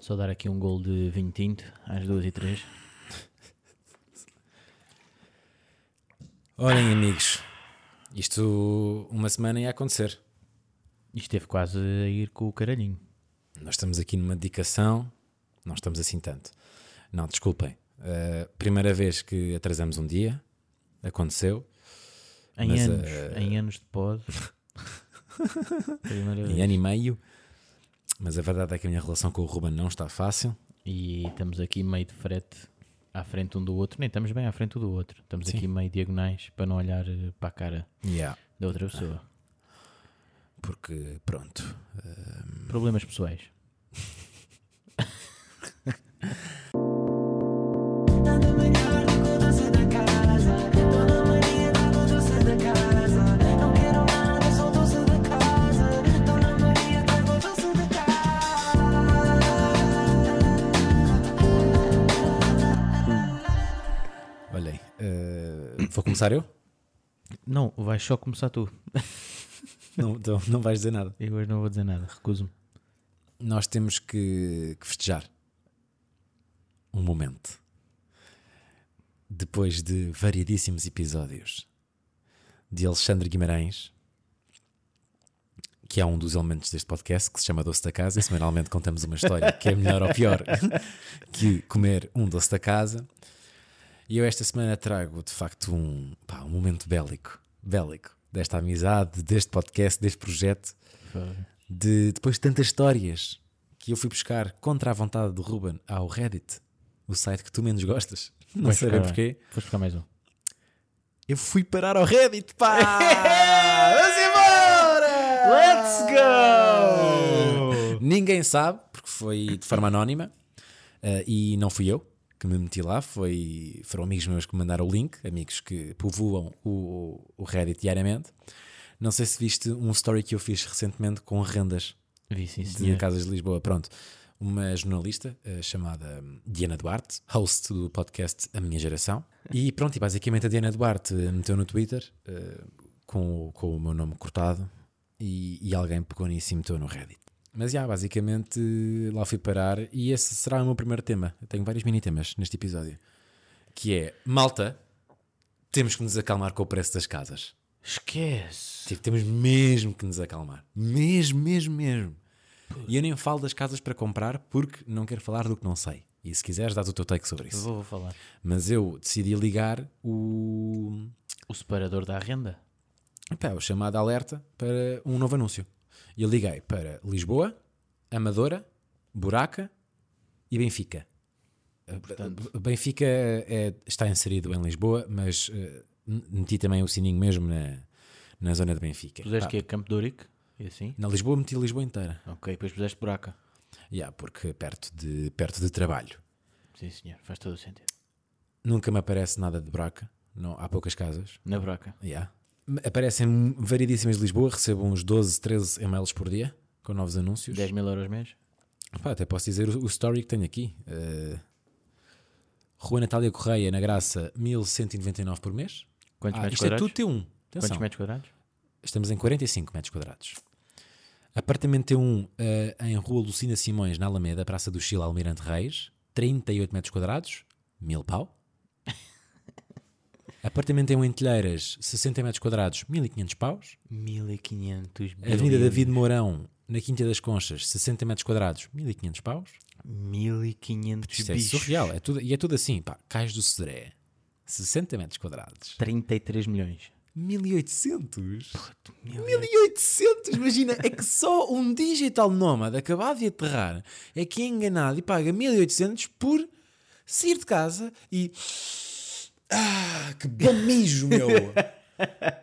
Só dar aqui um gol de vinho tinto às duas e três. Olhem, amigos, isto uma semana ia acontecer. Isto esteve quase a ir com o caralhinho. Nós estamos aqui numa dedicação, não estamos assim tanto. Não, desculpem. Uh, primeira vez que atrasamos um dia, aconteceu. Em Mas, anos, eh, em anos de pod. Primeira em vez. ano e meio. Mas a verdade é que a minha relação com o Ruben não está fácil. E estamos aqui meio de frete à frente um do outro. Nem estamos bem à frente um do outro. Estamos aqui meio diagonais para não olhar eh, para a cara Yeah. da outra pessoa. Porque, pronto. eh, Problemas pessoais. Dona Maria do com doce da casa. Dona Maria dá com doce da casa. Não quero nada, só doce da casa. Dona Maria dá com doce da Olhem, eh, vou começar eu? Não, vais só começar tu. Não, então não vais dizer nada. Eu hoje não vou dizer nada, recuso-me. Nós temos que, que festejar um momento. Depois de variedíssimos episódios de Alexandre Guimarães, que é um dos elementos deste podcast, que se chama Doce da Casa, e semanalmente contamos uma história que é melhor ou pior que comer um doce da casa. E eu esta semana trago de facto um, pá, um momento bélico, bélico, desta amizade, deste podcast, deste projeto, de depois de tantas histórias que eu fui buscar contra a vontade do Ruben ao Reddit, o site que tu menos gostas, não sei bem porquê. Vou buscar mais um. Eu fui parar ao Reddit, pá! é Vamos embora! Let's go! Ninguém sabe, porque foi de forma anónima eh, e não fui eu que me meti lá, foi, foram amigos meus que me mandaram o link, amigos que povoam o, o Reddit diariamente. Não sei se viste um story que eu fiz recentemente com rendas Vi sim, de senhor. Casas de Lisboa. Pronto, uma jornalista eh, chamada hum, Diana Duarte, host do podcast A Minha Geração. E pronto, e basicamente a Diana Duarte eh, meteu no Twitter eh, com, o- com o meu nome cortado e, e alguém pegou nisso e meteu no Reddit. Mas já, basicamente eh, lá fui parar e esse será o meu primeiro tema. Eu tenho vários mini temas neste episódio. Que é, malta, temos que nos acalmar com o preço das casas. Esquece. Tipo, temos mesmo que nos acalmar. Mesmo, mesmo, mesmo. E eu nem falo das casas para comprar porque não quero falar do que não sei. E se quiseres, dás o teu take sobre isso. Vou, vou falar. Mas eu decidi ligar o. O separador da renda? Epá, o chamado alerta para um novo anúncio. E eu liguei para Lisboa, Amadora, Buraca e Benfica. B- Benfica é- está inserido em Lisboa, mas eh, m- meti também o sininho mesmo na, na zona de Benfica. Puseste Pá, que é Campo Dorico? E assim? Na Lisboa meti Lisboa inteira. Ok, depois puseste buraca. Yeah, porque perto de, perto de trabalho Sim, senhor, faz todo o sentido. nunca me aparece nada de buraca, não, há poucas casas. Na buraca. Yeah. Me- Aparecem variedíssimas de Lisboa, recebo uns 12, 13 e-mails por dia com novos anúncios. 10 mil euros mês? Pá, até posso dizer o, o story que tenho aqui. Eh, Rua Natália Correia, na Graça, 1199 por mês. Quantos Ah, metros isto é quadrados? tudo T1. Atenção. Quantos metros quadrados? Estamos em 45 metros quadrados. Apartamento T1 eh, em Rua Lucina Simões, na Alameda, Praça do Chile, Almirante Reis, 38 metros quadrados, mil pau. Apartamento T1 em Telheiras, 60 metros quadrados, 1500 paus. 1500 Avenida David Mourão, na Quinta das Conchas, 60 metros quadrados, 1500 paus. 1500 Isto é surreal, é tudo, e é tudo assim, pá, Cais do Cedré, 60 metros quadrados, 33 milhões. 1800? 1800, imagina, é que só um digital nômade acabado de aterrar é que é enganado e paga 1800 por sair de casa e. Ah, que bom mijo, meu!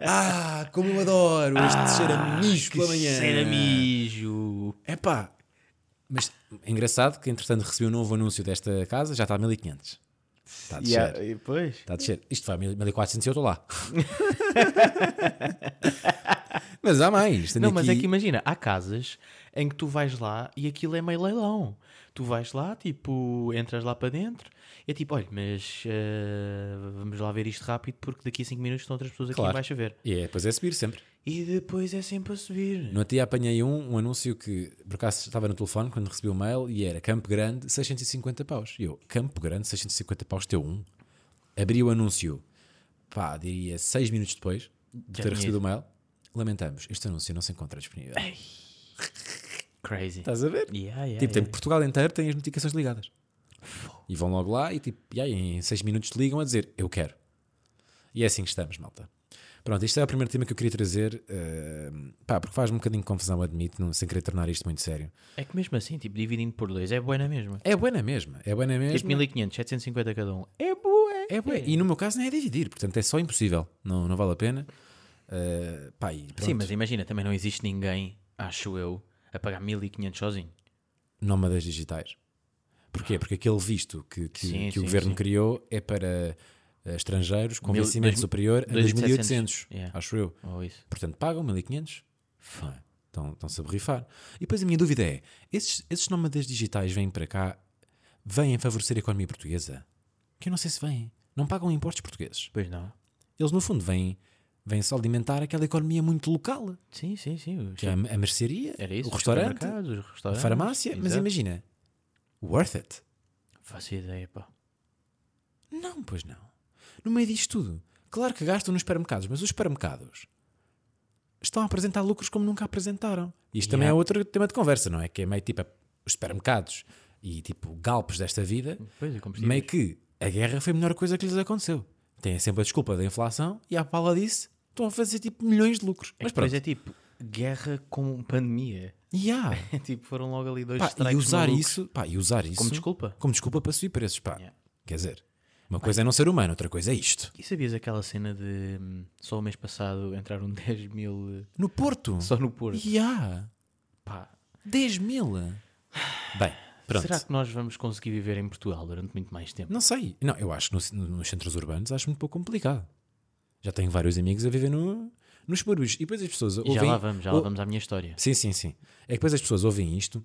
Ah, como eu adoro este Ah, cheiro a mijo pela manhã! mijo. É pá! Mas é engraçado que, entretanto, recebi um novo anúncio desta casa, já está a 1500. Está a descer. pois. Está a descer. Isto vai a 1400 e eu estou lá. mas há mais. Tenho Não, mas é aqui- que imagina, há casas em que tu vais lá e aquilo é meio leilão. Tu vais lá, tipo, entras lá para dentro, é tipo, olha, mas eh, vamos lá ver isto rápido porque daqui a 5 minutos estão outras pessoas aqui Claro. embaixo a ver. E é, depois é subir sempre. E depois é sempre a subir. No outro dia apanhei um, um anúncio que por acaso estava no telefone quando recebi o mail e era Campo Grande 650 paus. E eu, Campo Grande 650 paus, teu um. Abri o anúncio, pá, diria 6 minutos depois de Já ter tinha recebido o mail. Lamentamos, este anúncio não se encontra disponível. Crazy. Estás a ver? Yeah, yeah, Tá. tipo, tem yeah. Portugal inteiro tem as notificações ligadas. E vão logo lá e tipo, e aí, em 6 minutos ligam a dizer eu quero. E é assim que estamos, malta. Pronto, este é o primeiro tema que eu queria trazer, eh, pá, porque faz-me um bocadinho de confusão, admito, não, sem querer tornar isto muito sério. É que mesmo assim, tipo, dividindo por dois é boa na mesma. É bué na mesma, é bué na Tipo, mesma. 1500, 750 cada um. É boa. É bué. E no meu caso não é dividir, portanto é só impossível, não, não vale a pena. Eh, pá, e pronto. Sim, mas imagina, também não existe ninguém, acho eu, a pagar 1500 sozinho. nómadas digitais. Porquê? Porque aquele visto que, que, Ah. Sim, que o sim, governo sim. criou é para eh, estrangeiros com Mil- vencimento dois- superior a 2.800, 2.700, yeah. acho eu. Ou isso. Portanto, pagam 1.500, Fã, é? estão- estão-se a borrifar. E depois a minha dúvida é, esses, esses nómadas digitais vêm para cá, vêm favorecer a economia portuguesa? Que eu não sei se vêm. Não pagam impostos portugueses. Pois não. Eles, no fundo, vêm, vêm só alimentar aquela economia muito local, Sim, sim, sim. os- que é a, a mercearia, Era isso. o restaurante, supermercados, Os a restaurantes. farmácia. Mas exato. imagina, worth it. Faço ideia, pá. Não, pois não. No meio disto tudo. Claro que gastam nos supermercados, mas os supermercados estão a apresentar lucros como nunca apresentaram. Isto também é Yeah. outro tema de conversa, não é? Que é meio tipo a- os supermercados e tipo galpos desta vida, Pois, é combustível. meio que a guerra foi a melhor coisa que lhes aconteceu. Têm sempre a desculpa da inflação e à pala disso estão a fazer tipo milhões de lucros. Mas Mas pronto, depois é tipo, guerra com pandemia. E há. É tipo, foram logo ali dois Pá, e strikes usar malucos. isso, pá, e usar isso Como desculpa. como desculpa para subir preços, pá. Yeah. Quer dizer, uma coisa é não ser humano, outra coisa é isto. E sabias aquela cena de hum, só o mês passado entraram 10 mil eh, No Porto. só no Porto? E há. Pá, 10 mil? Bem, pronto. será que nós vamos conseguir viver em Portugal durante muito mais tempo? Não sei. Não, eu acho que no- nos centros urbanos acho muito pouco complicado. Já tenho vários amigos a viver no, nos subúrbios. E depois as pessoas E ouvem. já lá vamos, já lá ou- vamos à minha história. Sim, sim, sim. É que depois as pessoas ouvem isto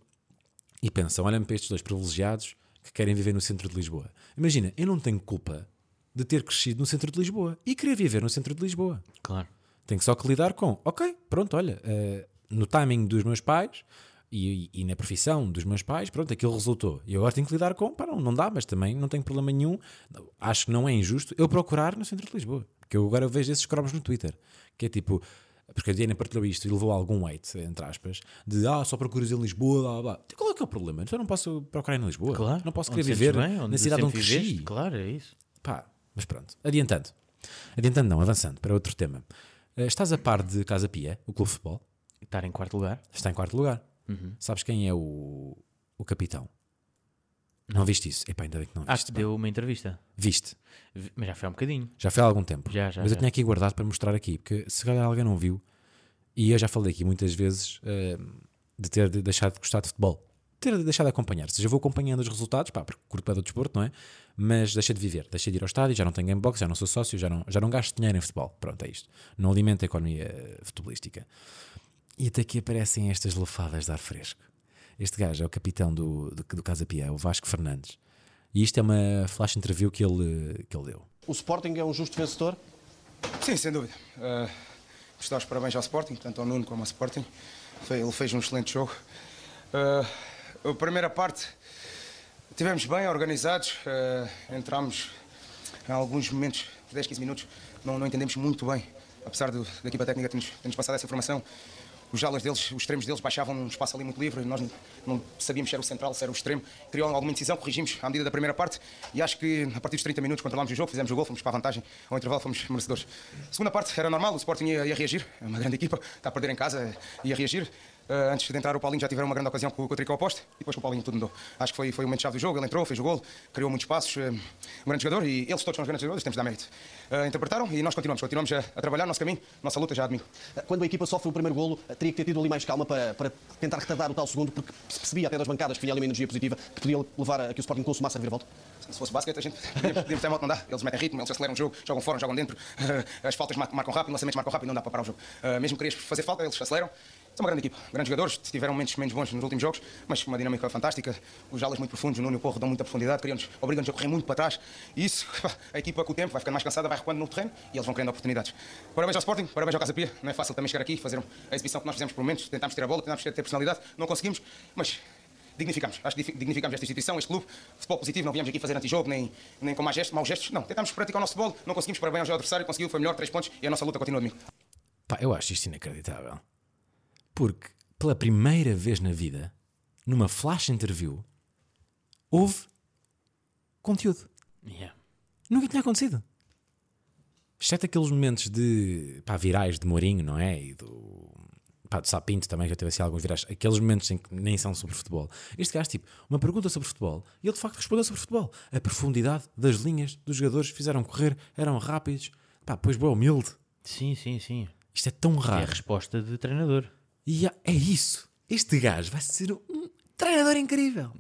e pensam: olhem para estes dois privilegiados que querem viver no centro de Lisboa. Imagina, eu não tenho culpa de ter crescido no centro de Lisboa e querer viver no centro de Lisboa. Claro. Tenho só que lidar com, ok, pronto, olha, eh, no timing dos meus pais e, e na profissão dos meus pais, pronto, aquilo resultou. E agora tenho que lidar com, pá, não, não dá, mas também não tenho problema nenhum. Acho que não é injusto eu procurar no centro de Lisboa. Porque eu agora vejo esses cromos no Twitter, que é tipo. Porque a Diana partilhou isto e levou algum weight, entre aspas, de ah, só procuras em Lisboa, blá blá blá. Então, Qual é que é o problema? Então eu não posso procurar em Lisboa. claro. Não posso Onde querer te viver sentes bem, na te cidade onde sempre cresci. viveste, Claro, é isso. Pá, mas pronto, adiantando. Adiantando não, avançando para outro tema. Eh, estás a par de Casa Pia, o clube de futebol? Estar em quarto lugar. Está em quarto lugar. Uhum. Sabes quem é o, o capitão? Não. viste isso? Epá, ainda bem que não Acho viste. que pá. deu uma entrevista. Viste. Vi- Mas já foi há um bocadinho. Já foi há algum tempo. Já, já, Mas eu já. tinha aqui guardado para mostrar aqui, porque se calhar alguém não viu, e eu já falei aqui muitas vezes eh, de ter de- deixado de gostar de futebol. Ter deixado de acompanhar. Ou seja, eu vou acompanhando os resultados, pá, porque curto bem do desporto, não é? Mas deixei de viver, deixei de ir ao estádio, já não tenho Gamebox, já não sou sócio, já não, já não gasto dinheiro em futebol. Pronto, é isto. Não alimenta a economia eh, futebolística. E até aqui aparecem estas lefadas de ar fresco. Este gajo é o capitão do, do, do Casa Pia, é o Vasco Fernandes. E isto é uma flash interview que ele, que ele deu. O Sporting é um justo vencedor? Sim, sem dúvida. Eh, Preciso dar os parabéns ao Sporting, tanto ao Nuno como ao Sporting. Foi- Ele fez um excelente jogo. Eh, a primeira parte tivemos bem organizados, eh, entramos em alguns momentos, 10, 15 minutos, não, não entendemos muito bem, apesar do- da equipa técnica ter-nos ter-nos passado essa informação. Os jalas deles, os extremos deles baixavam um espaço ali muito livre, nós não- não sabíamos se era o central, se era o extremo. Criou alguma indecisão, corrigimos à medida da primeira parte e acho que a partir dos 30 minutos controlámos o jogo, fizemos o gol, fomos para a vantagem, ao intervalo fomos merecedores. Segunda parte era normal, o Sporting ia, ia reagir, é uma grande equipa, está a perder em casa, ia reagir. Uh, antes de entrar, o Paulinho já tiveram uma grande ocasião com, com o Tricô oposto e depois com o Paulinho tudo mudou. Acho que foi, foi o momento chave do jogo. Ele entrou, fez o gol, criou muitos passos. Um, um grande jogador e eles todos são os grandes jogadores, temos de dar mérito. Uh, interpretaram e nós continuamos, continuamos a, a trabalhar o nosso caminho, nossa luta já é domingo. Quando a equipa sofre o primeiro golo, teria que ter tido ali mais calma para, para tentar retardar o tal segundo, porque se percebia até das bancadas que vinha ali uma energia positiva que podia levar a que o Sporting consumasse a reviravolta. Se fosse basquete, a gente podíamos, podíamos ter moto, não dá. Eles metem ritmo, eles aceleram o jogo, jogam fora, Ah, jogam dentro. As faltas mar- marcam rápido, lançamentos marcam rápido, não dá para parar o jogo. Uh, mesmo que querias fazer falta, eles aceleram. Eles São uma grande equipa, grandes jogadores, tiveram momentos menos bons nos últimos jogos, mas com uma dinâmica fantástica. Os alas muito profundos, o Nuno e o Porro dão muita profundidade, criam-nos- obrigam-nos a correr muito para trás. E isso, a equipa com o tempo vai ficando mais cansada, vai recuando no terreno e eles vão criando oportunidades. Parabéns ao Sporting, parabéns ao Casa Pia. Não é fácil também chegar aqui e fazer a exibição que nós fizemos por momentos. Tentámos tirar a bola, tentámos ter ter personalidade, não conseguimos, mas dignificamos. Acho que difi- dignificamos esta instituição, este clube. Futebol positivo, não viemos aqui fazer antijogo, nem, nem com mais gestos, maus gestos. Não, tentámos praticar o nosso futebol, não conseguimos. Parabéns ao adversário, conseguiu, foi melhor, três pontos e a nossa luta continua domingo. Pá, eu acho isto inacreditável. Porque, pela primeira vez na vida, numa flash interview, houve conteúdo. Yeah. Nunca tinha acontecido. Exceto aqueles momentos de pá, virais de Mourinho, não é? E do, pá, do Sapinto também, que já teve assim alguns virais. Aqueles momentos em que nem são sobre futebol. Este gajo, tipo, uma pergunta sobre futebol e ele de facto respondeu sobre futebol. A profundidade das linhas dos jogadores fizeram correr, eram rápidos. Pá, pois boa, humilde. Sim, sim, sim. Isto é tão É a raro. resposta de treinador. E há- é isso. Este gajo vai ser um treinador incrível.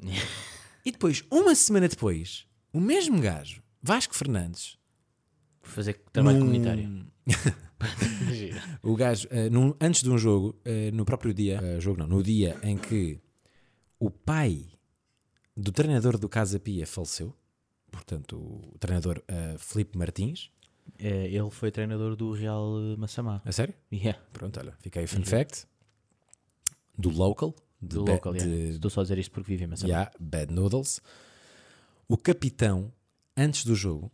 e depois, uma semana depois, o mesmo gajo, Vasco Fernandes, Vou Fazer trabalho Num- comunitário. Gira. O gajo, eh, num- antes de um jogo, eh, no próprio dia, eh, jogo não, no dia em que o pai do treinador do Casa Pia faleceu, portanto, o treinador eh, Filipe Martins, É, ele foi treinador do Real eh, Massamá. a sério? Yeah. Pronto, olha, fiquei fun fact, do local, de Uhum. Do Be- local, yeah. de Estou só a dizer isto porque vive em Massamá. Yeah, Bad Noodles. O capitão, antes do jogo,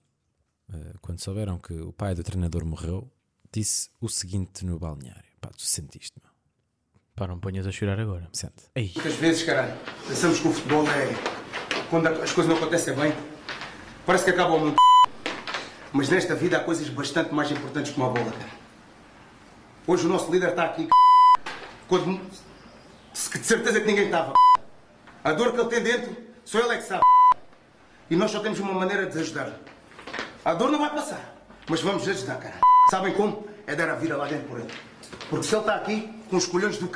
eh, quando souberam que o pai do treinador morreu, disse o seguinte no balneário: Pá, tu sentiste, meu? Pá, não me ponhas a chorar agora. Sente. Ei, Muitas vezes, cara, pensamos que o futebol é. Quando as coisas não acontecem bem, parece que acaba o mundo. Mas nesta vida há coisas bastante mais importantes que uma bola, cara. Hoje o nosso líder está aqui, c****, quando. se- De certeza que ninguém estava. c****. A dor que ele tem dentro, só ele é que sabe. c****. E nós só temos uma maneira de ajudar. A dor não vai passar, mas vamos ajudar, cara. Sabem como? É dar a vida lá dentro por ele. Porque se ele está aqui, com os colhões do c.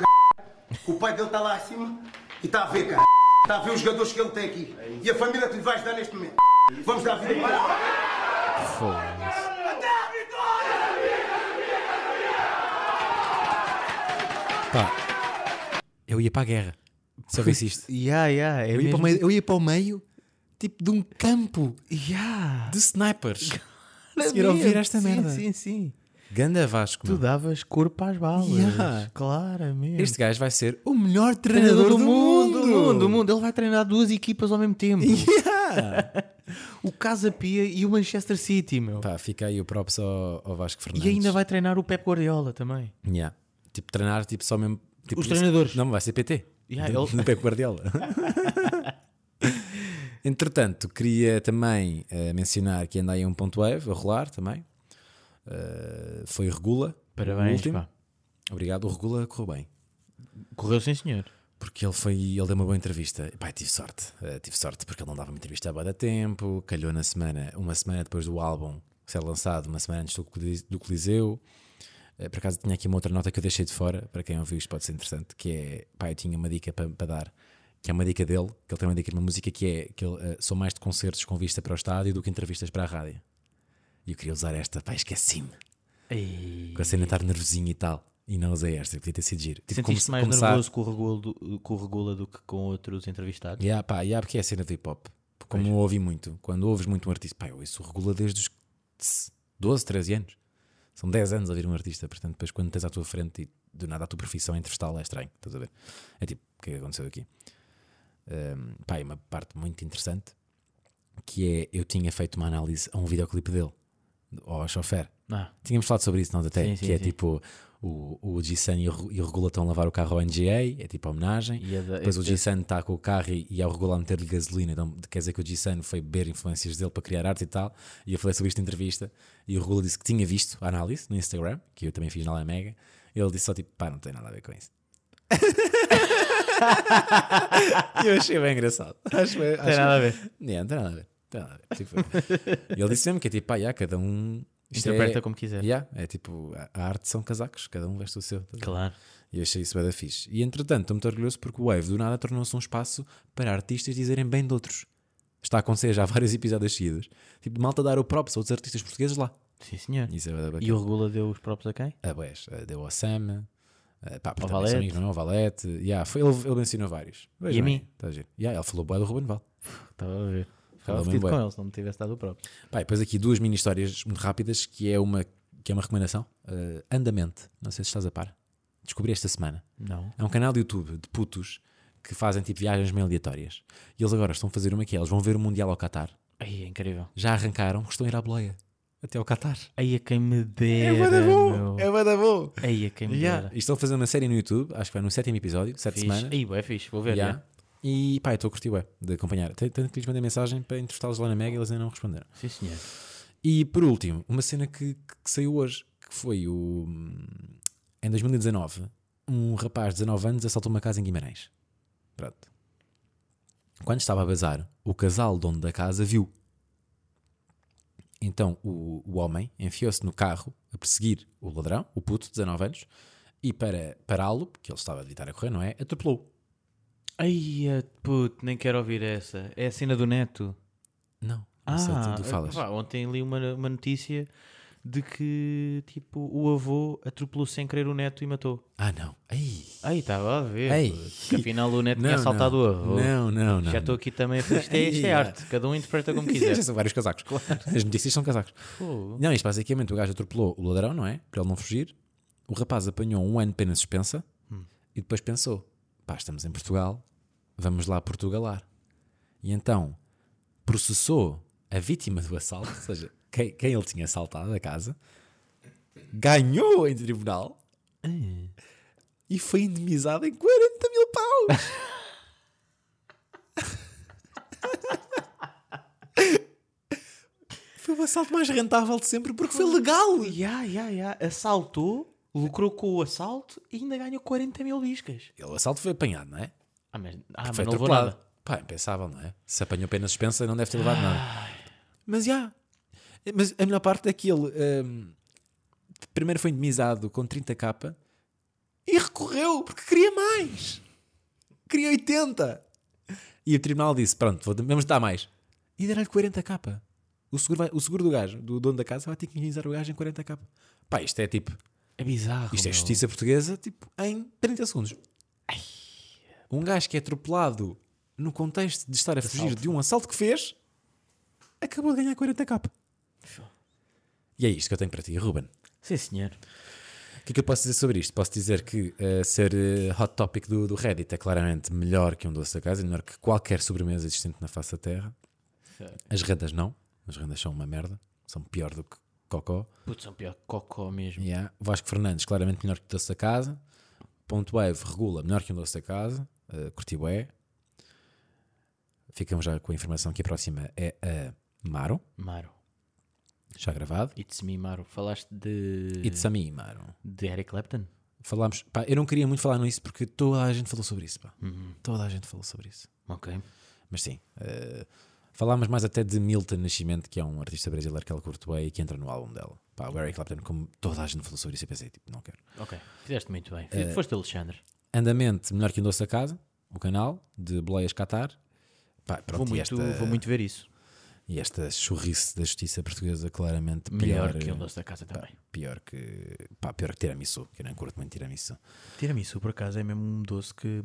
O pai dele está lá acima e está a ver, cara. Está a ver os jogadores que ele tem aqui. E a família que lhe vais dar neste momento. Vamos dar vida para foda-se. Pá, eu ia para a guerra se eu visse isto. Yeah, yeah, é Eu ia, para o meio, eu ia para o meio, tipo de um campo Yeah. de snipers. Se ir ouvir esta sim, merda. Sim, sim. Ganda Vasco, Tu meu. davas corpo às balas. Yeah. Claramente. Este gajo vai ser o melhor treinador, do, mundo. Do mundo, do mundo. Ele vai treinar duas equipas ao mesmo tempo. Yeah. O Casa Pia e o Manchester City, meu. Pá, fica aí o props ao, ao Vasco Fernandes. E ainda vai treinar o Pep Guardiola também. Yeah. Tipo, treinar, tipo, só mesmo. tipo, Os treinadores. Não, vai ser PT. Yeah, do, ele- do Pep Guardiola. Entretanto, queria também eh, mencionar que anda aí um ponto wave a rolar também. Eh, foi Regula. o Parabéns, último. pá. Obrigado. O Regula correu bem. Correu sim, senhor. Porque ele foi, ele deu uma boa entrevista. Pá, eu tive sorte. eh, tive sorte porque ele não dava uma entrevista há bué de tempo. Calhou na semana, uma semana depois do álbum ser lançado, uma semana antes do, Colis- do Coliseu. Eh, Por acaso tinha aqui uma outra nota que eu deixei de fora, para quem ouviu isto pode ser interessante, que é, pá, eu tinha uma dica para, para dar, que é uma dica dele, que ele tem uma dica de uma música que é, que ele, eh, sou mais de concertos com vista para o estádio do que entrevistas para a rádio. E eu queria usar esta, pá, esqueci-me. Ei. Com a cena de estar nervosinho e tal. E não usei esta, podia ter sido giro. Tipo, Sentiste come- mais começar- nervoso com o, Regula do, com o Regula do que com outros entrevistados? Yeah, pá, yeah, porque é a cena do hip hop. Como eu ouvi muito, quando ouves muito um artista, pá, eu isso regula desde os tss, 12, 13 anos. São 10 anos a ouvir um artista, portanto, depois quando tens à tua frente e do nada a tua profissão entrevistá-la é estranho, estás a ver? É tipo o que aconteceu aqui. Um, pá, e uma parte muito interessante que é eu tinha feito uma análise a um videoclipe dele, ao chofer. Ah, Tínhamos falado sobre isso, não até? Sim, sim, que é sim. tipo o, o G-Sun e o Ru- e o Regula estão a lavar o carro ao NGA, é tipo a homenagem. E a da- Depois o esse- G-Sun está com o carro e, e ao Regula a meter-lhe gasolina, então quer dizer que o G-Sun foi beber influências dele para criar arte e tal. E eu falei sobre isto em entrevista. E o Regula disse que tinha visto a análise no Instagram, que eu também fiz na La Mega. Ele disse só tipo, pá, não tem nada a ver com isso. E eu achei bem engraçado. Acho, bem- acho- nada a ver. Yeah, não tem nada a ver. não tem nada a ver. Tipo, ele disse mesmo que é tipo, pá, yeah, cada um isto Interpreta é- como quiser. Yeah, é tipo, a- a arte são casacos, cada um veste o seu. Claro. E eu achei isso bem da fixe. E entretanto, estou muito orgulhoso porque o Wave do nada tornou-se um espaço para artistas dizerem bem de outros. Está a acontecer já há vários episódios seguidos. Tipo, de malta dar o props a outros artistas portugueses lá. Sim, senhor. Isso é bem da bacana. E o Regula deu os próprios a quem? A Wes, eh, deu ao Sam, Eh, pá, portanto, Valete. são amigos, não é? O Valete. Yeah, foi, ele, ele mencionou vários. Veja E a bem, mim? Está a giro. Yeah, ele falou boa do Ruben Val. Estava a ver. Fala Estava bem vestido bué. com ele, se não me tivesse dado o próprio. Pá, e depois aqui duas mini histórias muito rápidas que é uma, que é uma recomendação. Eh, Andamente. Não sei se estás a par. Descobri esta semana. Não. É um canal de YouTube de putos que fazem tipo viagens meio aleatórias. E eles agora estão a fazer uma que é, eles vão ver o Mundial ao Qatar. Aí é incrível. Já arrancaram, estão a ir à boleia. Até ao Qatar. Aí é quem me dera. meu. bada bom. Aí é quem me Yeah. dera. E estão a fazer uma série no YouTube, acho que vai no sétimo episódio, sete Fixe. semanas. Aí, é fixe. Vou ver. Yeah. já. E pá, eu estou a curtir, ué, de acompanhar. T- Tanto que lhes mandei mensagem para entrevistá-los lá na Mega e eles ainda não responderam. Sim, senhor. E por último, uma cena que, que saiu hoje, que foi o. Em 2019, um rapaz de 19 anos assaltou uma casa em Guimarães. Pronto. Quando estava a bazar, o casal dono da casa viu. Então o, o homem enfiou-se no carro a perseguir o ladrão, o puto, de 19 anos, e para pará-lo, porque ele estava a evitar a correr, não é? Atropelou. Aí, é, puto, nem quero ouvir essa. É a cena do Neto. Não, não sei o que tu falas. Ah, é, pá, ontem li uma, uma notícia de que, tipo, o avô atropelou sem querer o Neto e matou. Ah, não. Ei. Aí, estava a ver. Ei. puto, Que afinal o Neto tinha Não, assaltado não. o avô. Não, não, não. Já estou aqui também a fazer. Isto é, isto é Yeah. arte. Cada um interpreta como não. quiser. Já são vários casacos. As notícias são casacos. Fogo. Não, isto basicamente o gajo atropelou o ladrão, não é? Para ele não fugir. O rapaz apanhou um ano de pena suspensa Hum. e depois pensou: pá, estamos em Portugal, vamos lá portugalar. E então processou a vítima do assalto, ou seja, quem, quem ele tinha assaltado a casa, ganhou em tribunal e foi indemnizado em 40 mil paus. foi o assalto mais rentável de sempre porque foi legal. Ya, ya, ya. Assaltou, lucrou com o assalto e ainda ganhou 40 mil biscas. Ele, o assalto foi apanhado, não é? Ah, mas, ah, mas foi não levou nada. Pá, impensável, não é? Se apanhou pena suspensa, não deve ter levado nada. Mas já. Mas a melhor parte é que ele hum, primeiro foi indemnizado com 30k e recorreu porque queria mais. Queria 80. E o tribunal disse: Pronto, vou- vamos dar mais. E deram-lhe 40k. O seguro, vai- o seguro do gajo, do dono da casa, vai ter que indemnizar o gajo em 40k. Pá, isto é tipo. É bizarro. Isto é meu. justiça portuguesa, tipo, em 30 segundos. Um gajo que é atropelado no contexto de estar a fugir de um assalto que fez, acabou de ganhar 40k. E é isto que eu tenho para ti, Ruben. Sim, senhor. O que é que eu posso dizer sobre isto? Posso dizer que eh, ser eh, hot topic do, do Reddit é claramente melhor que um doce da casa, é melhor que qualquer sobremesa existente na face da terra. As rendas não. As rendas são uma merda. São pior do que cocó. Putz, são pior que cocó mesmo. Yeah. Vasco Fernandes, claramente melhor que o doce da casa. Ponto Wave regula melhor que o doce da casa. Uh, curti bué. Ficamos já com a informação que a próxima é a Maro, Maro. já gravado. It's me, Maro. Falaste de. It's a mim, Maro. De Eric Clapton? Falámos, pá, eu não queria muito falar nisso porque toda a gente falou sobre isso, pá. Toda a gente falou sobre isso. Uhum. Ok. Mas sim, eh, falámos mais até de Milton Nascimento, que é um artista brasileiro que ela curte bem e que entra no álbum dela. Pá, o Eric Clapton, como toda a gente falou sobre isso, eu pensei, tipo, não quero. Ok. Fizeste muito bem. Foste Alexandre. Andamente, melhor que um doce a casa, o canal de Boleias Qatar. Pá, pronto, Vou e, muito, esta, vou muito ver isso. e esta churrice da justiça portuguesa, claramente pior, Melhor que o doce da casa também. pior que pá, pior que tiramisu, que eu não curto muito tiramisu. Tiramisu, por acaso, é mesmo um doce que.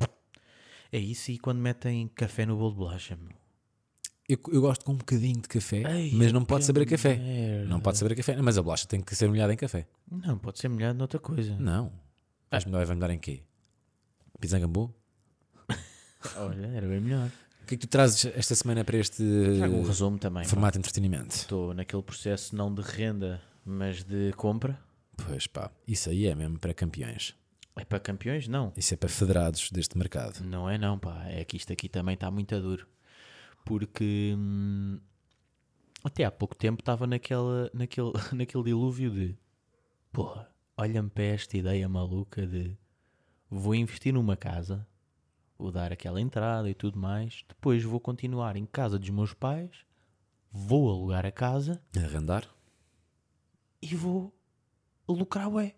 É isso e quando metem café no bolo de bolacha. meu. Eu, eu gosto com um bocadinho de café, Ei, mas não pode é que saber a café. merda. Não pode saber a café, Não, mas a bolacha tem que ser molhada em café. Não, pode ser molhado noutra coisa. Não. Vais-me dar, vai-me dar em quê? Pisangambu? Olha, era bem melhor. O que é que tu trazes esta semana para este Trago um resumo também. pá. formato de entretenimento? Estou naquele processo não de renda, mas de compra. Pois pá, isso aí é mesmo para campeões. É para campeões? Não. Isso é para federados deste mercado. Não é não, pá. É que isto aqui também está muito a duro. Porque hum, até há pouco tempo estava naquela, naquele, naquele dilúvio de porra, olha-me para esta ideia maluca de vou investir numa casa, vou dar aquela entrada e tudo mais, depois vou continuar em casa dos meus pais, vou alugar a casa Arrendar? e vou lucrar ué.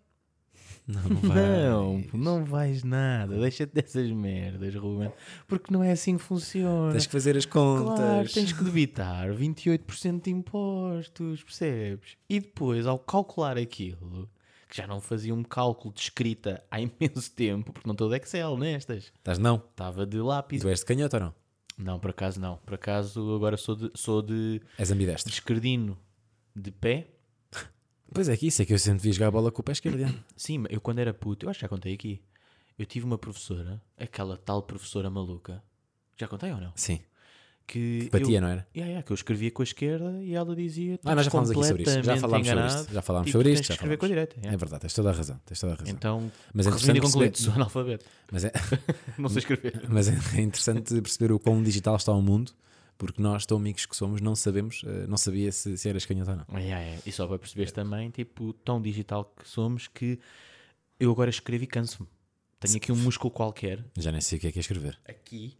Não, não Não, não vais nada. Deixa-te dessas merdas, Ruben. Porque não é assim que funciona. Tens que fazer as Claro, contas. tens que debitar 28% de impostos, percebes? E depois, ao calcular aquilo, que já não fazia um cálculo de escrita há imenso tempo, porque não estou de Excel nestas. Estás não? Estava de lápis. Tu és de canhoto ou não? Não, por acaso não. Por acaso agora sou de, sou de, És de ambidestro. esquerdino de pé. Pois é que isso é que eu sempre vi jogar a bola com o pé esquerdo. é. Sim, eu quando era puto, eu acho que já contei aqui. Eu tive uma professora, aquela tal professora maluca. Já contei ou não? Sim. Que Batia, eu, não é? era? Yeah, yeah, que eu escrevia com a esquerda e ela dizia. Ah, nós já falámos aqui sobre isto. Já "Completamente falámos sobre isto, enganado já falámos e sobre tu isto, Tens já de escrever com a direita. É yeah. verdade, tens toda a razão. Tens toda a razão. Então, Mas é resumindo e interessante concluído, perceber- sou analfabeto. Mas é, Não sei escrever. mas é interessante perceber o quão digital está o mundo, porque nós, tão amigos que somos, não sabemos, eh, não sabia se, se eras canhoto ou não. É, é, é. E só para perceberes também, tipo, tão digital que somos que eu agora escrevo e canso-me. Tenho aqui um músculo qualquer, Já nem sei o que é que é escrever. aqui,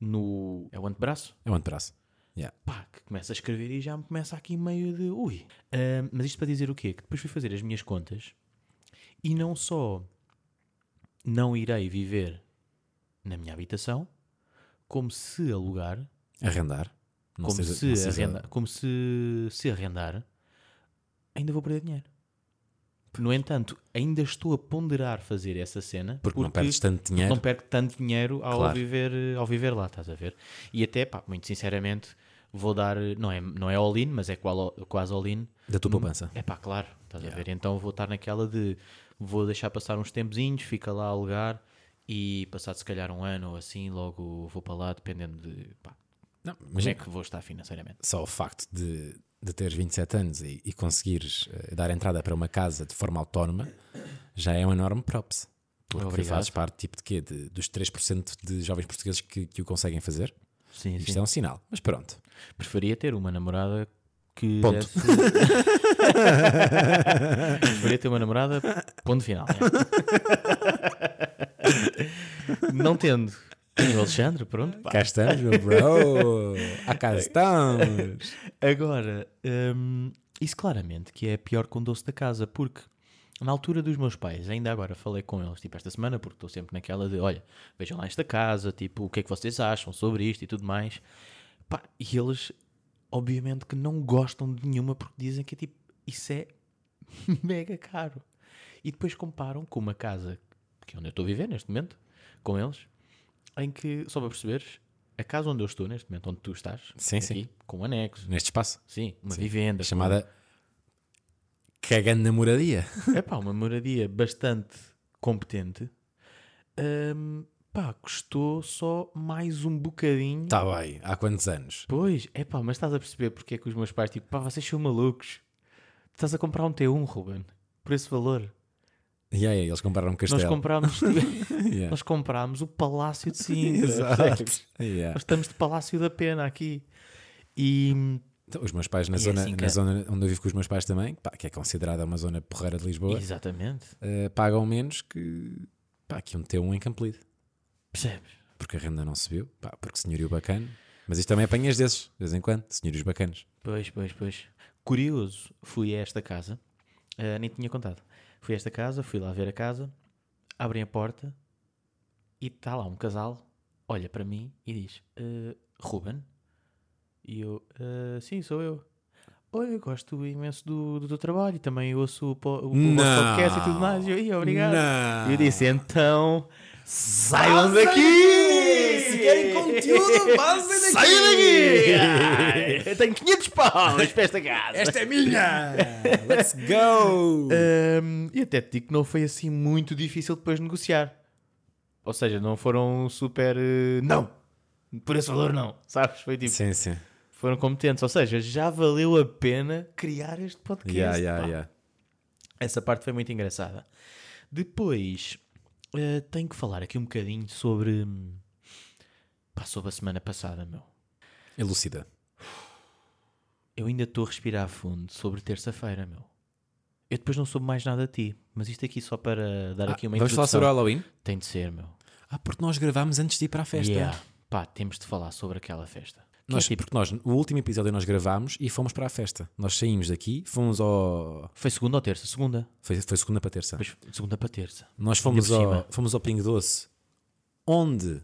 no. É o antebraço, É um antebraço. Yeah. pá, que começa a escrever e já me começa aqui meio de. Ui. Ah, mas isto para dizer o quê? Que depois fui fazer as minhas contas e não só não irei viver na minha habitação, como se alugar, Arrendar. Não como, seja- se não seja- arrenda, como se, se arrendar, ainda vou perder dinheiro. No entanto, ainda estou a ponderar fazer essa cena Porque, não perdes tanto dinheiro. não perco tanto dinheiro ao, Claro. viver, ao viver lá, estás a ver? E até, pá, muito sinceramente, vou dar, não é, não é all-in, mas é qual- quase all-in. Da tua poupança. É pá, claro, estás a ver? Então vou estar naquela de vou deixar passar uns tempozinhos, fica lá a alugar e passado se calhar um ano ou assim, logo vou para lá, dependendo de pá, Não, como imagina é que vou estar financeiramente. só o facto de, de teres 27 anos e, e conseguires eh, dar entrada para uma casa de forma autónoma já é um enorme props. Porque Obrigado. fazes parte tipo de quê? De, dos 3% de jovens portugueses que, que o conseguem fazer. Sim, Isto é um sinal. Mas pronto. Preferia ter uma namorada que. Ponto. desse- Preferia ter uma namorada, ponto final. é. Não tendo. Tenho o Alexandre, pronto. pá. Cá estamos, meu bro. Ah, cá estamos. Agora, hum, isso claramente que é pior que um doce da casa, porque na altura dos meus pais, ainda agora falei com eles, tipo, esta semana, porque estou sempre naquela de, olha, vejam lá esta casa, tipo, o que é que vocês acham sobre isto e tudo mais. Pá, e eles, obviamente, que não gostam de nenhuma, porque dizem que, tipo, isso é mega caro. E depois comparam com uma casa, que é onde eu estou a viver neste momento, com eles, em que, só para perceberes, a casa onde eu estou neste momento, onde tu estás, Sim, aqui, sim. com um anexo, Neste espaço. Sim, uma Sim. vivenda. Chamada Cagando na Moradia. É pá, uma moradia bastante competente. Ahm, pá, custou só mais um bocadinho. Está Tá bem. Há quantos anos? Pois, é pá, mas estás a perceber porque é que os meus pais, tipo, pá, vocês são malucos. Estás a comprar um T1, Ruben, por esse valor. E aí, eles compraram um castelo. Nós comprámos, Yeah. nós comprámos o Palácio de Sintra. Exato. percebes? Yeah. Nós estamos de Palácio da Pena aqui. E Então, os meus pais, na, E é zona, assim que na é. zona onde eu vivo com os meus pais também, pá, que é considerada uma zona porreira de Lisboa, exatamente. eh, pagam menos que, pá, que um T1 em Campolide. Percebes? Porque a renda não subiu, pá, porque senhorio bacana. Mas isto também apanhas desses, de vez em quando, senhorios bacanas. Pois, pois, pois. Curioso, fui a esta casa, ah, nem tinha contado. Fui a esta casa, fui lá ver a casa, abrem a porta e está lá um casal, olha para mim e diz: "Ah, Ruben? E eu: "Ah, Sim, sou eu. Olha, eu gosto imenso do, do teu trabalho e também ouço o, po- o, o vosso Não. podcast e tudo mais. E eu, "Ih, obrigado. Não. E eu disse: Então, saiam daqui! Se querem conteúdo, vazem Saiam daqui! Eu tenho 500 paus para esta casa. é minha! Let's go! Ahm, e até te digo que não foi assim muito difícil depois negociar. Ou seja, não foram super. eh, não! Por esse valor, não. Sabes? Foi tipo. Sim, sim. Foram competentes. Ou seja, já valeu a pena criar este podcast. Yeah, yeah, pá. yeah. Essa parte foi muito engraçada. Depois, eh, tenho que falar aqui um bocadinho sobre. hum, Pá, sobre a semana passada, meu. Elucida. Eu ainda estou a respirar a fundo sobre terça-feira, meu. Eu depois não soube mais nada a ti, mas isto aqui só para dar Ah, aqui uma vamos falar sobre o introdução. Halloween? Tem de ser, meu. Ah, porque nós gravámos antes de ir para a festa. Yeah. Pá, temos de falar sobre aquela festa. Que Nós, é tipo- Porque nós, o último episódio nós gravámos e fomos para a festa. Nós saímos daqui, fomos ao. Foi segunda ou terça? Segunda. Foi, foi segunda para terça. Depois de segunda para terça. Nós fomos por ao, cima. fomos ao Pingo Doce, onde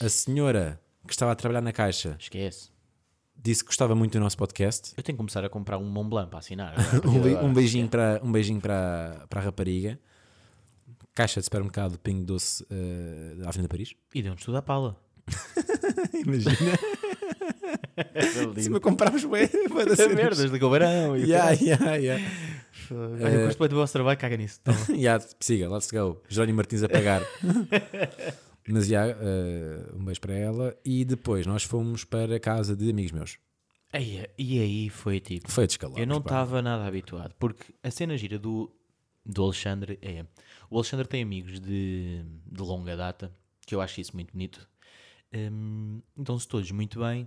a senhora que estava a trabalhar na caixa Esquece. disse que gostava muito do nosso podcast. Eu tenho que começar a comprar um Mont Blanc para assinar. Um, bei- um beijinho, para, um beijinho para, para a rapariga. Caixa de supermercado Pingo Doce eh, da Avenida Paris. E deu-nos tudo à pala. Imagina. É Se me comprarmos bem, vai dar Essa cenas. merdas de Cobarão. e o Yeah, yeah, yeah. caralho. Olha, eu gosto bem do vosso trabalho, caga nisso. Toma. yeah, siga, let's go. Jerónimo Martins a pagar. Mas já, eh, um beijo para ela. E depois nós fomos para a casa de amigos meus. Eia, e aí foi tipo. Foi descalado. Eu não estava nada habituado, porque a cena gira do, do Alexandre é. O Alexandre tem amigos de, de longa data, que eu acho isso muito bonito. Hum, Dão-se todos muito bem,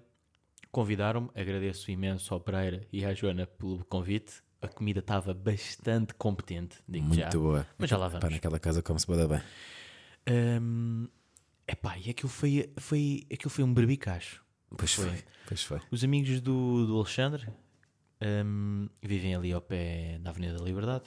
convidaram-me, agradeço imenso ao Pereira e à Joana pelo convite. A comida estava bastante competente, digo Muito já. boa. Mas já lá Pá, vamos. naquela casa como se bada bem. Hum, epá, e aquilo foi, foi, aquilo foi um berbicacho. Pois foi. Foi. Pois foi. Os amigos do, do Alexandre hum, vivem ali ao pé da Avenida da Liberdade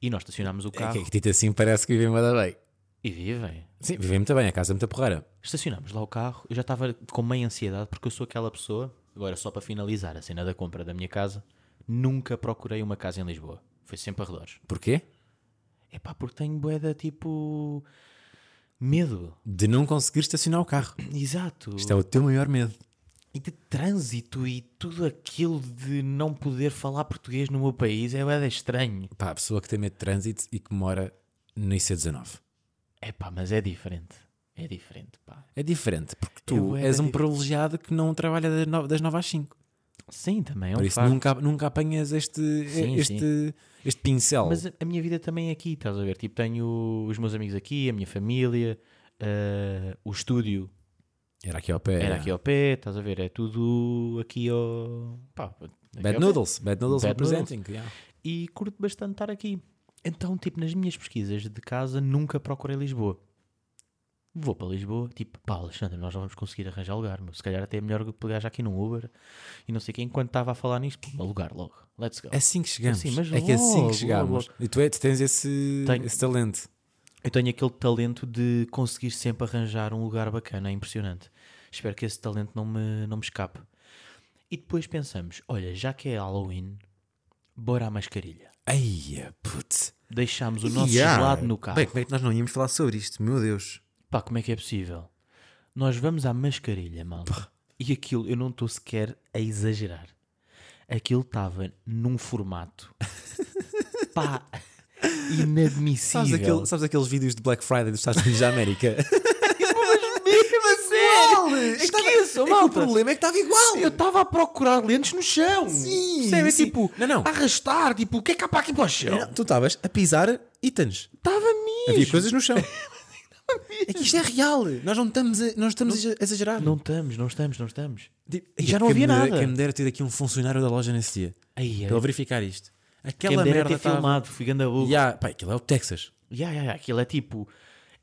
e nós estacionámos o É carro que, é que dito assim parece que vivem bada bem. e vivem. Sim, vivem muito bem, a casa é muito porreira. Estacionámos lá o carro, eu já estava com meia ansiedade porque eu sou aquela pessoa, agora só para finalizar a cena da compra da minha casa, nunca procurei uma casa em Lisboa. Foi sempre arredores. Porquê? É pá, porque tenho boeda tipo. medo. De não conseguir estacionar o carro. Exato. Isto é o teu maior medo. E de trânsito e tudo aquilo de não poder falar português no meu país é boeda estranho. Pá, a pessoa que tem medo de trânsito e que mora no IC19. É pá, mas é diferente. É diferente, pá. É diferente, porque Eu tu era és um diferente. privilegiado que não trabalha das nove- das 9 às 5. Sim, também é Por um isso facto. nunca, nunca apanhas este, Sim, este, este pincel. Mas a a minha vida também é aqui, estás a ver? Tipo, tenho os meus amigos aqui, a minha família, ah, o estúdio Era aqui ao pé. era aqui ao pé, estás a ver? É tudo aqui ao. Pá, aqui ao Bad pé. Noodles. Bad Noodles Bad representing. yeah. E curto bastante estar aqui. Então, tipo, nas minhas pesquisas de casa, nunca procurei Lisboa. Vou para Lisboa, tipo, pá, Alexandre, nós não vamos conseguir arranjar lugar, meu. Se calhar até é melhor pegar já aqui num Uber e não sei o quê. Enquanto estava a falar nisso, pum, alugar logo. Let's go. Assim que chegamos. Assim, mas é que assim logo, que chegamos. logo, E tu, é, tu tens esse, Tenho. esse talento. Eu tenho aquele talento de conseguir sempre arranjar um lugar bacana, é impressionante. Espero que esse talento não me, não me escape. E depois pensamos: olha, já que é Halloween, bora à mascarilha. Eia, putz. Deixámos o nosso Yeah. gelado no carro. Bem, como é que nós não íamos falar sobre isto? Meu Deus. Pá, como é que é possível? Nós vamos à mascarilha, malta. E aquilo, eu não estou sequer a exagerar. Aquilo estava num formato. pá, inadmissível. Sabes, aquele- sabes aqueles vídeos de Black Friday dos Estados Unidos da América? Mas mesmo a sério! Esqueçam, malta! é que estava igual. Eu estava a procurar lentes no chão. Sim, Percebe? sim. Tipo, Não, não. a arrastar, tipo, o que é que há para aqui para o chão? Não, tu estavas a pisar itens. Estava mesmo. Havia coisas no chão. é que isto é real. Nós não estamos a, nós estamos a exagerar. Não estamos, não estamos, não estamos. Tipo, E é já que não quem havia me dera- nada. Quem me dera ter aqui um funcionário da loja nesse dia. Aí, Para ele verificar isto. quem Aquela me dera merda ter estava- filmado, fui ganda burro. Ya, pá, aquilo é o Texas. Ya, ya, ya, Aquilo é tipo,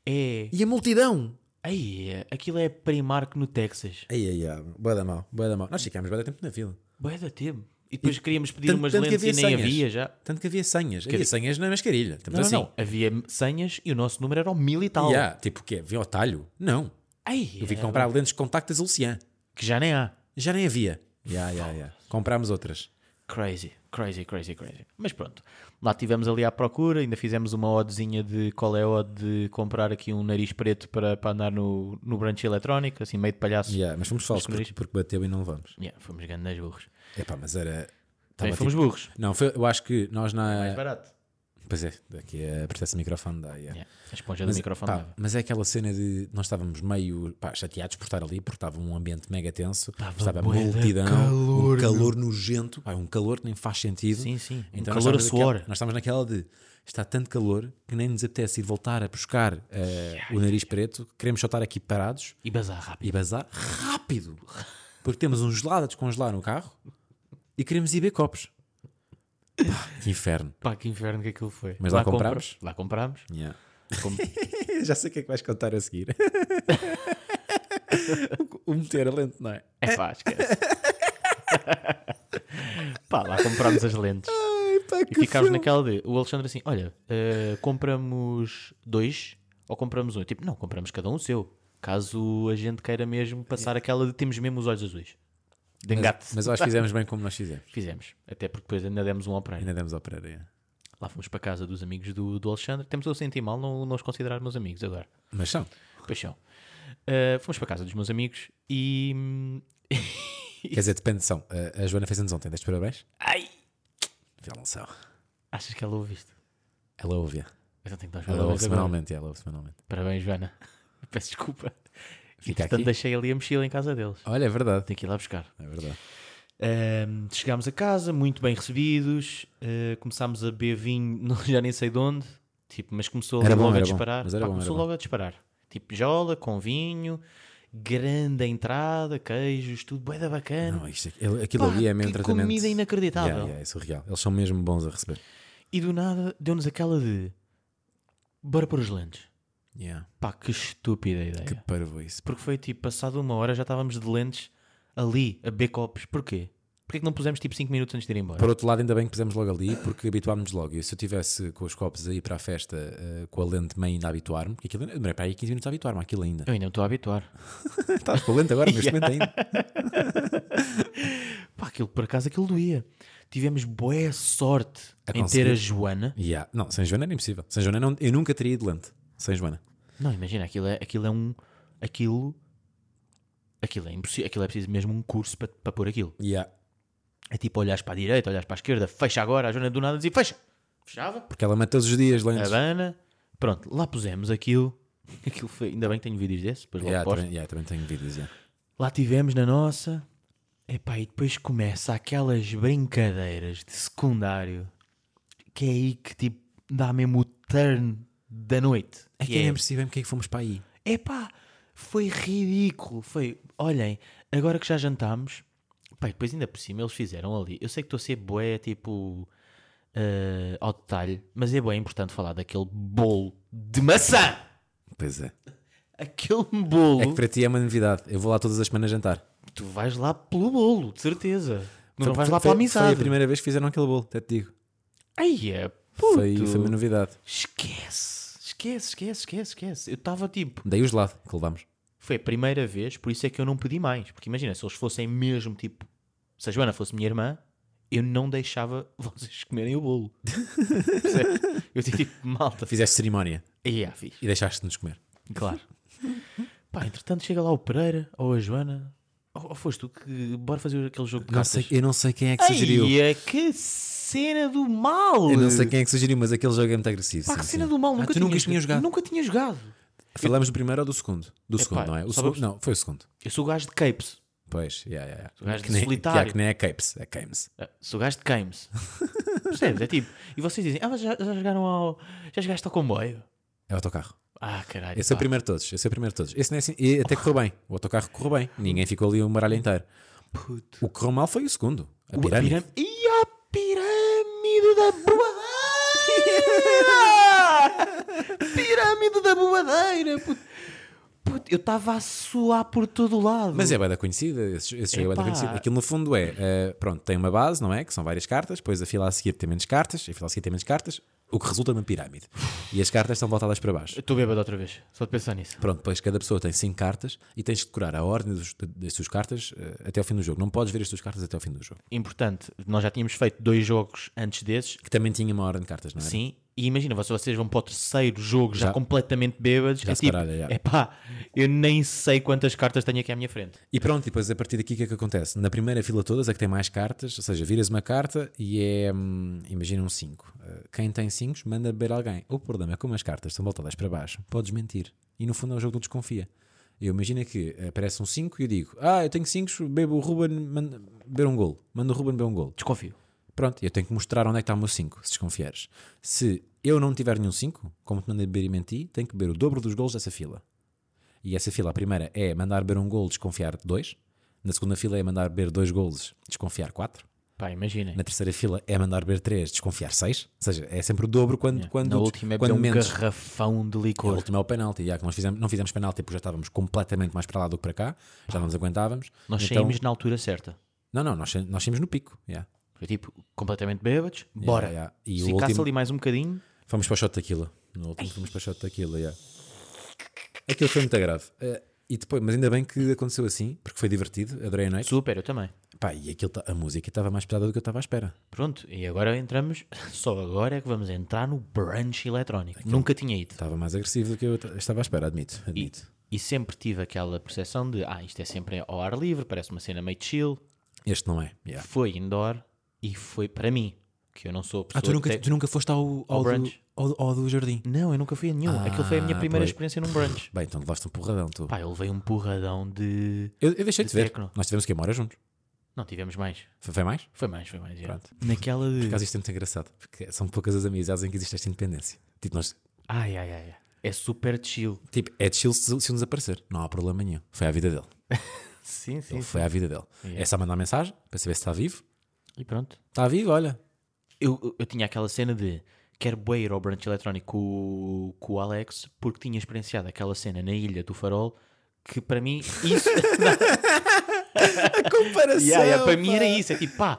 é... E a multidão. Aí, é- aquilo é Primark no Texas. Ai, ai, ai. Boa da mal, boa da mal. Nós ficámos boa da tempo na fila. Bué da tempo. E depois queríamos pedir tanto- umas tanto que lentes e nem havia senhas. havia já. Tanto que havia senhas. Havia senhas na mascarilha. Não, Estamos não, assim. não. Havia senhas e o nosso número era o mil e tal. Ya, tipo o quê? Vim ao talho? Não. Aí, Eu vim é, comprar lentes de contactas Lucian. Que já nem há. Já nem havia. Ya, ya, ya. Comprámos outras. Crazy, crazy, crazy, crazy. Mas pronto, lá estivemos ali à procura, ainda fizemos uma odezinha de qual é a ode de comprar aqui um nariz preto para, para andar no, no brunch eletrónico, assim meio de palhaço. Ya, mas fomos falsos porque, porque bateu e não levamos. Yeah, fomos grandes burros. Epá, mas era. Também tava fomos tipo- burros. Não, foi- eu acho que nós na. Mais barato. Pois é, daqui é apertar-se o microfone dá. yeah. Yeah, A esponja do Mas, microfone. pá, dava. mas é aquela cena de nós estávamos meio pá, chateados por estar ali, porque estava um ambiente mega tenso, estava a bué de multidão, calor, um calor nojento, pá, um calor que nem faz sentido. Sim, Então sim, um calor nós a estávamos naquela- suor. nós estávamos naquela de está tanto calor que nem nos apetece ir voltar a buscar eh, o nariz preto, queremos só estar aqui parados E bazar rápido. e bazar rápido, porque temos um gelado a descongelar no carro e queremos ir beber copos. Pá, que inferno. Pá, que inferno que aquilo foi. Mas lá compra- comprámos? Lá comprámos. Yeah. Com- Já sei o que é que vais contar a seguir. o meter a lente, não é? É pá, esquece. pá, lá comprámos as lentes. E ficámos naquela de. O Alexandre assim: olha, eh, compramos dois ou compramos um? Eu, tipo, não, compramos cada um o seu. Caso a gente queira mesmo passar aquela de temos mesmo os olhos azuis. De engate. Mas, mas acho que fizemos bem como nós fizemos. Fizemos. Até porque depois ainda demos um ao Pereira. Ainda demos ao Pereira. yeah. Lá fomos para casa dos amigos do, do Alexandre. Temos eu senti mal não, não os considerar meus amigos agora. Mas são. Paixão. Ah, fomos para casa dos meus amigos e. hum, Quer dizer, depende, são. A, a Joana fez anos ontem, deste parabéns? Ai! Ela não são. Achas que ela ouve isto? Ela ouve. yeah. Eu não tenho que dar os Ela ouve parabéns agora. é semanalmente. yeah, Ela ouve semanalmente. Parabéns, Joana. Peço desculpa. Fica Portanto, aqui. deixei ali a mochila em casa deles. Olha, é verdade. Tenho que ir lá buscar. É verdade. Ahm, chegámos a casa, muito bem recebidos. ah, começámos a beber vinho, não- já nem sei de onde. Tipo, mas começou ali Era bom, logo a era bom, disparar. mas era Pá, bom, era começou bom. logo a disparar. Tipo, jola com vinho, grande entrada, queijos, tudo bué da bacana. Não, isto, ele- aquilo Hum. Pá, ali é mesmo que tratamento. comida inacreditável. Yeah, yeah, é surreal. Eles são mesmo bons a receber. E do nada deu-nos aquela de bora pôr os lentes. Yeah. Pá, que estúpida ideia. Que parvo isso. Porque foi tipo, passado uma hora já estávamos de lentes ali, a beber copos. Porquê? Porquê que não pusemos tipo 5 minutos antes de ir embora? Por outro lado, ainda bem que pusemos logo ali, porque habituámos-nos logo. E se eu tivesse com os copos aí para a festa, eh, com a lente meio ainda a habituar-me, porque aquilo, eu demorei para aí 15 minutos a habituar-me àquilo ainda. Eu ainda não estou a habituar. Estás com a lente agora, neste momento ainda. Pá, aquilo por acaso aquilo doía. Tivemos boa sorte A em ter conseguir. a Joana. Yeah. Não, sem Joana era impossível. Sem Joana não- eu nunca teria ido lente. Sem Joana. Não, imagina, aquilo é, aquilo é um. Aquilo. Aquilo é impossível. Aquilo é preciso mesmo um curso para, para pôr aquilo. Yeah. É tipo, olhas para a direita, olhas para a esquerda, fecha agora, a Joana do nada dizia fecha. Fechava, Porque ela mata todos os dias É lentes. abana. Pronto, lá pusemos aquilo. Aquilo foi. Ainda bem que tenho vídeos desses, depois logo Yeah, posto. também, yeah, também tenho vídeos. yeah. Lá tivemos na nossa. Epá, e depois começa aquelas brincadeiras de secundário que é aí que tipo dá mesmo o turn da noite. É que Que eu é, nem percebi bem porque é que fomos para aí. epá, foi ridículo. Foi, olhem, agora que já jantámos, pá, e depois ainda por cima eles fizeram ali. Eu sei que estou a ser boé tipo eh, ao detalhe, mas é bem importante falar daquele bolo de maçã. Pois é. Aquele bolo. É que para ti é uma novidade. Eu vou lá todas as semanas jantar. Tu vais lá pelo bolo, de certeza. Não Foi- vais foi- lá pela Foi a amizade. primeira vez que fizeram aquele bolo, até te digo. Ai, é puto. Foi, foi uma novidade. Esquece, esquece, esquece, esquece, esquece. Eu estava tipo. Daí o gelado que levámos. Foi a primeira vez, por isso é que eu não pedi mais. Porque imagina, se eles fossem mesmo tipo. Se a Joana fosse minha irmã, eu não deixava vocês comerem o bolo. Percebes? eu tinha tipo, malta. Fizeste cerimónia E ah, fiz. e deixaste-nos comer. Claro. Pá, entretanto chega lá o Pereira ou a Joana. Ou, ou foste tu que. Bora fazer aquele jogo de Não cartas. sei, eu não sei quem é que sugeriu. Ai, é que cena do mal! Eu não sei quem é que sugeriu, mas aquele jogo é muito agressivo. Pá, sim, que cena sim. do mal! Ah, Nunca, tu nunca tinha jogado. Nunca tinha jogado. Falamos do primeiro ou do segundo? Do segundo, não é? O só vamos- segundo, não, foi o segundo. Eu sou o gajo de capes. Pois, yeah, yeah, yeah. gajo de que nem, solitário. que há- que nem é Capes, é Cames. Ah, Sou o gajo de games. Percebes? É tipo. E vocês dizem, ah, mas já, já jogaram ao. Já jogaste ao comboio? É o autocarro. Ah, caralho. Esse é o pá. primeiro de todos. Esse é o primeiro de todos. Esse não é assim, e até correu bem. O autocarro correu bem. Ninguém ficou ali um baralho inteiro. Puto. O que correu mal foi o segundo. A O- a pirâmide. piram- E a pirâmide da boadeira! pirâmide da boadeira! Puto. Puto, eu estava a suar por todo o lado. Mas é bada conhecida, esse, esse jogo é bada Hum. Epá. conhecido. Aquilo no fundo é, eh, pronto, tem uma base, não é? Que são várias cartas, depois a fila a seguir tem menos cartas, e a fila a seguir tem menos cartas, o que resulta numa pirâmide. E as cartas estão voltadas para baixo. Estou bêbado outra vez, só de pensar nisso. Pronto, depois cada pessoa tem cinco cartas e tens de decorar a ordem dos- das tuas cartas eh, até ao fim do jogo. Não podes ver as tuas cartas até ao fim do jogo. Importante, nós já tínhamos feito dois jogos antes desses, Que também tinha uma ordem de cartas, não é? sim. E imagina, vocês- vocês vão para o terceiro jogo já, Já- completamente bêbados. já é tipo, separado, já. epá, eu nem sei quantas cartas tenho aqui à minha frente. E pronto, e depois a partir daqui o que é que acontece? Na primeira fila todas é que tem mais cartas, ou seja, viras uma carta e é, hum, imagina um 5. Quem tem 5 manda beber alguém. O problema é que como as cartas estão voltadas para baixo, podes mentir. E no fundo é um jogo que tu desconfia. Eu imagino que aparece um 5 e eu digo, ah, eu tenho 5, bebo o Ruben, manda beber um golo. Manda o Ruben beber um golo. Desconfio. Pronto, eu tenho que mostrar onde é que está o meu 5, se desconfiares. Se eu não tiver nenhum 5, como te mandei beber e menti, tenho que beber o dobro dos golos dessa fila. E essa fila, a primeira é mandar beber um golo, desconfiar dois. Na segunda fila é mandar beber dois golos, desconfiar quatro. Pá, imaginem. Na terceira fila é mandar beber três, desconfiar seis. Ou seja, é sempre o dobro quando, quando, Na última é quando beber um mentes. garrafão de A licor. última é o penalti. Já que nós fizemos, não fizemos penalti porque já estávamos completamente mais para lá do que para cá. Já não nos aguentávamos. Nós Então- saímos na altura certa. Não, não, nós, nós saímos no pico. já. Foi tipo, completamente bêbados, bora. yeah. E Se É, o ficasse último- ali mais um bocadinho, Fomos para o shot tequila. No último fomos para o shot tequila, yeah. Aquilo foi muito grave. Eh, e depois, mas ainda bem que aconteceu assim, porque foi divertido, adorei a noite. super, eu também. Pá, e aquilo, ta- a música estava mais pesada do que eu estava à espera. Pronto, e agora entramos, só agora é que vamos entrar no brunch eletrónico. Nunca tinha ido. Estava mais agressivo do que eu ta- estava à espera, admito. E, admito. e sempre tive aquela percepção de, ah, isto é sempre ao ar livre, parece uma cena meio chill. Este não é. yeah. Foi indoor e foi para mim, que eu não sou a pessoa Ah, tu nunca, que tem- tu nunca foste ao, ao, do, brunch? ao, ao do jardim? Não, eu nunca fui a nenhum. Aquilo foi a minha Ah, primeira pois. experiência num brunch. Bem, então levaste um porradão, tu. Pá, eu levei um porradão de... eu, eu deixei-te de ver. tecno. Nós tivemos que ir embora juntos. Não tivemos mais. Foi, foi mais? Foi mais, foi mais. já. Pronto. Naquela de... Por acaso isto é muito engraçado, porque são poucas as amizades em que existe esta independência. Tipo, nós, Ai, ai, ai. ai. É super chill. tipo é de chill se, se nos aparecer. Não há problema nenhum. Foi a vida dele. Sim, sim. Ele Então foi à vida dele. É só mandar mensagem para saber se está vivo. E pronto. Está vivo, olha. Eu, eu- eu tinha aquela cena de quero bué ir ao brunch eletrónico com, o- com o Alex porque tinha experienciado aquela cena na Ilha do Farol que para mim isso... é Comparação. Yeah, yeah, para mim era isso. É tipo, pá,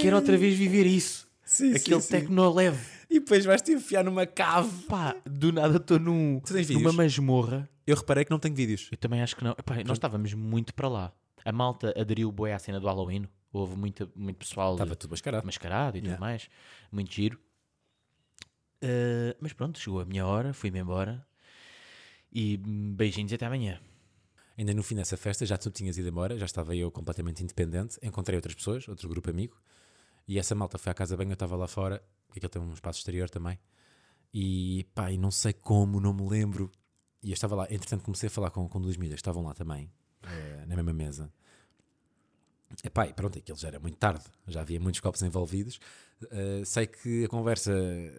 quero outra vez viver isso. Sim, sim, Aquele sim. tecno leve. E depois vais-te enfiar numa cave. Pá, do nada estou num, Tu tens numa vídeos? masmorra. Eu reparei que não tenho vídeos. Eu também acho que não. Epá, nós estávamos muito para lá. A malta aderiu bué à cena do Halloween. Houve muita, muito pessoal Estava tudo mascarado. mascarado e tudo Yeah. mais. Muito giro. Ah, mas pronto, chegou a minha hora, fui-me embora. E hum, beijinhos e até amanhã. Ainda no fim dessa festa, já tu tinhas ido embora, já estava eu completamente independente. Encontrei outras pessoas, outro grupo amigo. E essa malta foi à casa bem, eu estava lá fora, que aquilo tem um espaço exterior também. E pá, e não sei como, não me lembro. E eu estava lá, entretanto comecei a falar com, com duas miúdas, estavam lá também, eh, na mesma mesa. E pá, e pronto, aquilo já era muito tarde, já havia muitos copos envolvidos. Eh, sei que a conversa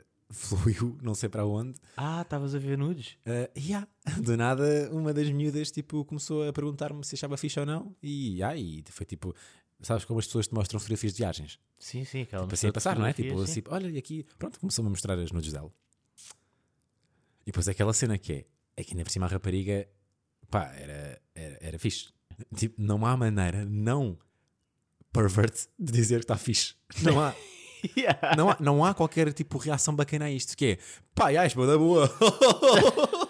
fluiu, não sei para onde. Ah, estavas a ver nudes? Uh, yeah. Do nada, uma das miúdas tipo, começou a perguntar-me se achava fixe ou não. E, yeah, e foi tipo, sabes como as pessoas te mostram fotografias de viagens? Sim, sim, aquela Passei mostrou-te a passar, não é? fotografias, Tipo, sim. assim, olha, e aqui, pronto, começou-me a mostrar as nudes dela. E depois aquela cena que é, é que ainda por cima a rapariga, pá, era, era, era fixe. Tipo, não há maneira não pervert de dizer que está fixe. Não há. Yeah. Não há, não há qualquer tipo de reação bacana a isto, que é pá, és boa da boa.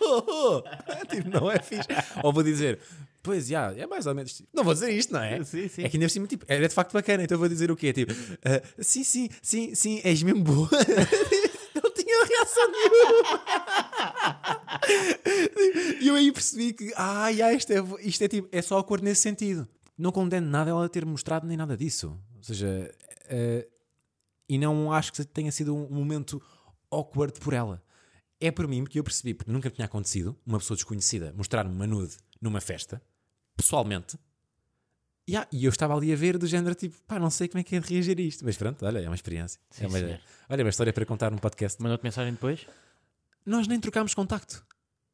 tipo, não é fixe. Ou vou dizer, pois já, é mais ou menos. tipo, Não vou dizer isto, não é? Sim, sim. É que ainda por cima, tipo, era de facto bacana, então eu vou dizer o quê? Tipo, "Ah, sim, sim, sim, sim, és mesmo boa. não tinha reação nenhuma. e eu aí percebi que, ah, já, isto, é, isto é tipo, é só acordo nesse sentido. Não condeno nada ela ter mostrado nem nada disso. Ou seja, eh, e não acho que tenha sido um momento awkward por ela. É por mim, porque eu percebi, porque nunca me tinha acontecido uma pessoa desconhecida mostrar-me uma nude numa festa, pessoalmente, e, ah, e eu estava ali a ver do género tipo, pá, não sei como é que é de reagir a isto, mas pronto, olha, é uma experiência. Sim, é uma, senhor. olha, é uma história para contar num podcast. Mandou-te mensagem depois? Nós nem trocámos contacto,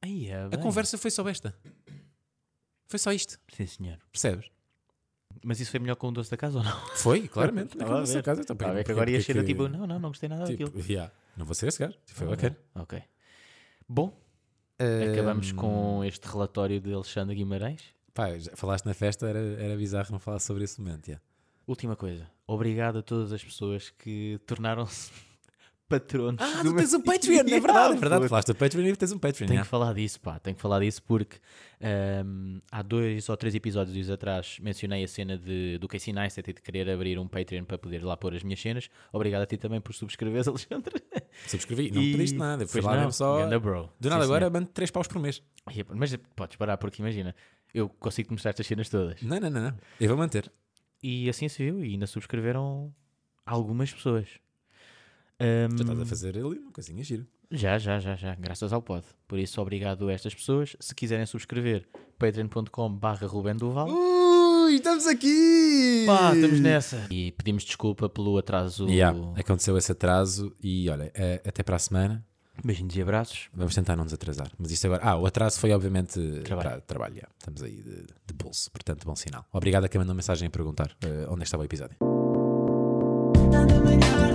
Aí, é a conversa foi só esta. Foi só isto, Sim, senhor. percebes? Mas isso foi melhor com o doce da casa ou não? Foi, claramente, Estava a na nossa ver. casa. então, Estava a ver que porque- agora ia porque cheira que- tipo, não, não, não gostei nada tipo, daquilo. yeah, não vou ser esse gajo, foi bacana. Ok. Bom, acabamos com este relatório de Alexandre Guimarães. Pá, já falaste na festa, era, era bizarro não falar sobre esse momento. yeah. Última coisa. Obrigado a todas as pessoas que tornaram-se patronos. Ah, do tu meu- tens um Patreon, é verdade, é verdade. Falaste do Patreon e tens um Patreon. Tenho yeah. que falar disso, pá. Tenho que falar disso porque ahm, há dois ou três episódios atrás mencionei a cena de, do Casey Neistat e de querer abrir um Patreon para poder lá pôr as minhas cenas. Obrigado a ti também por subscreveres, Alexandre. Subscrevi, não E- pediste nada. Fui Pois lá não, mesmo só. ganda bro. Do nada Sim, agora mando 3 paus por mês. E, Mas podes parar porque imagina, eu consigo te mostrar estas cenas todas. Não, não, não, não. Eu vou manter. E assim se viu, e ainda subscreveram algumas pessoas. Ahm, Tu estás a fazer ali uma coisinha gira. já, já, já, já, graças ao pod. Por isso, obrigado a estas pessoas. Se quiserem subscrever, patreon.com barra Ruben Duval. Ui, estamos aqui! Pá, Ah, estamos nessa. E pedimos desculpa pelo atraso. Yeah, aconteceu esse atraso e olha, eh, até para a semana. Beijinhos e abraços. Vamos tentar não nos atrasar. Mas isto agora. Ah, o atraso foi obviamente Trabalho. para trabalho. yeah. Estamos aí de, de bolso, portanto, bom sinal. Obrigado a quem mandou mensagem a perguntar eh, onde é que estava o episódio. Tanto brincar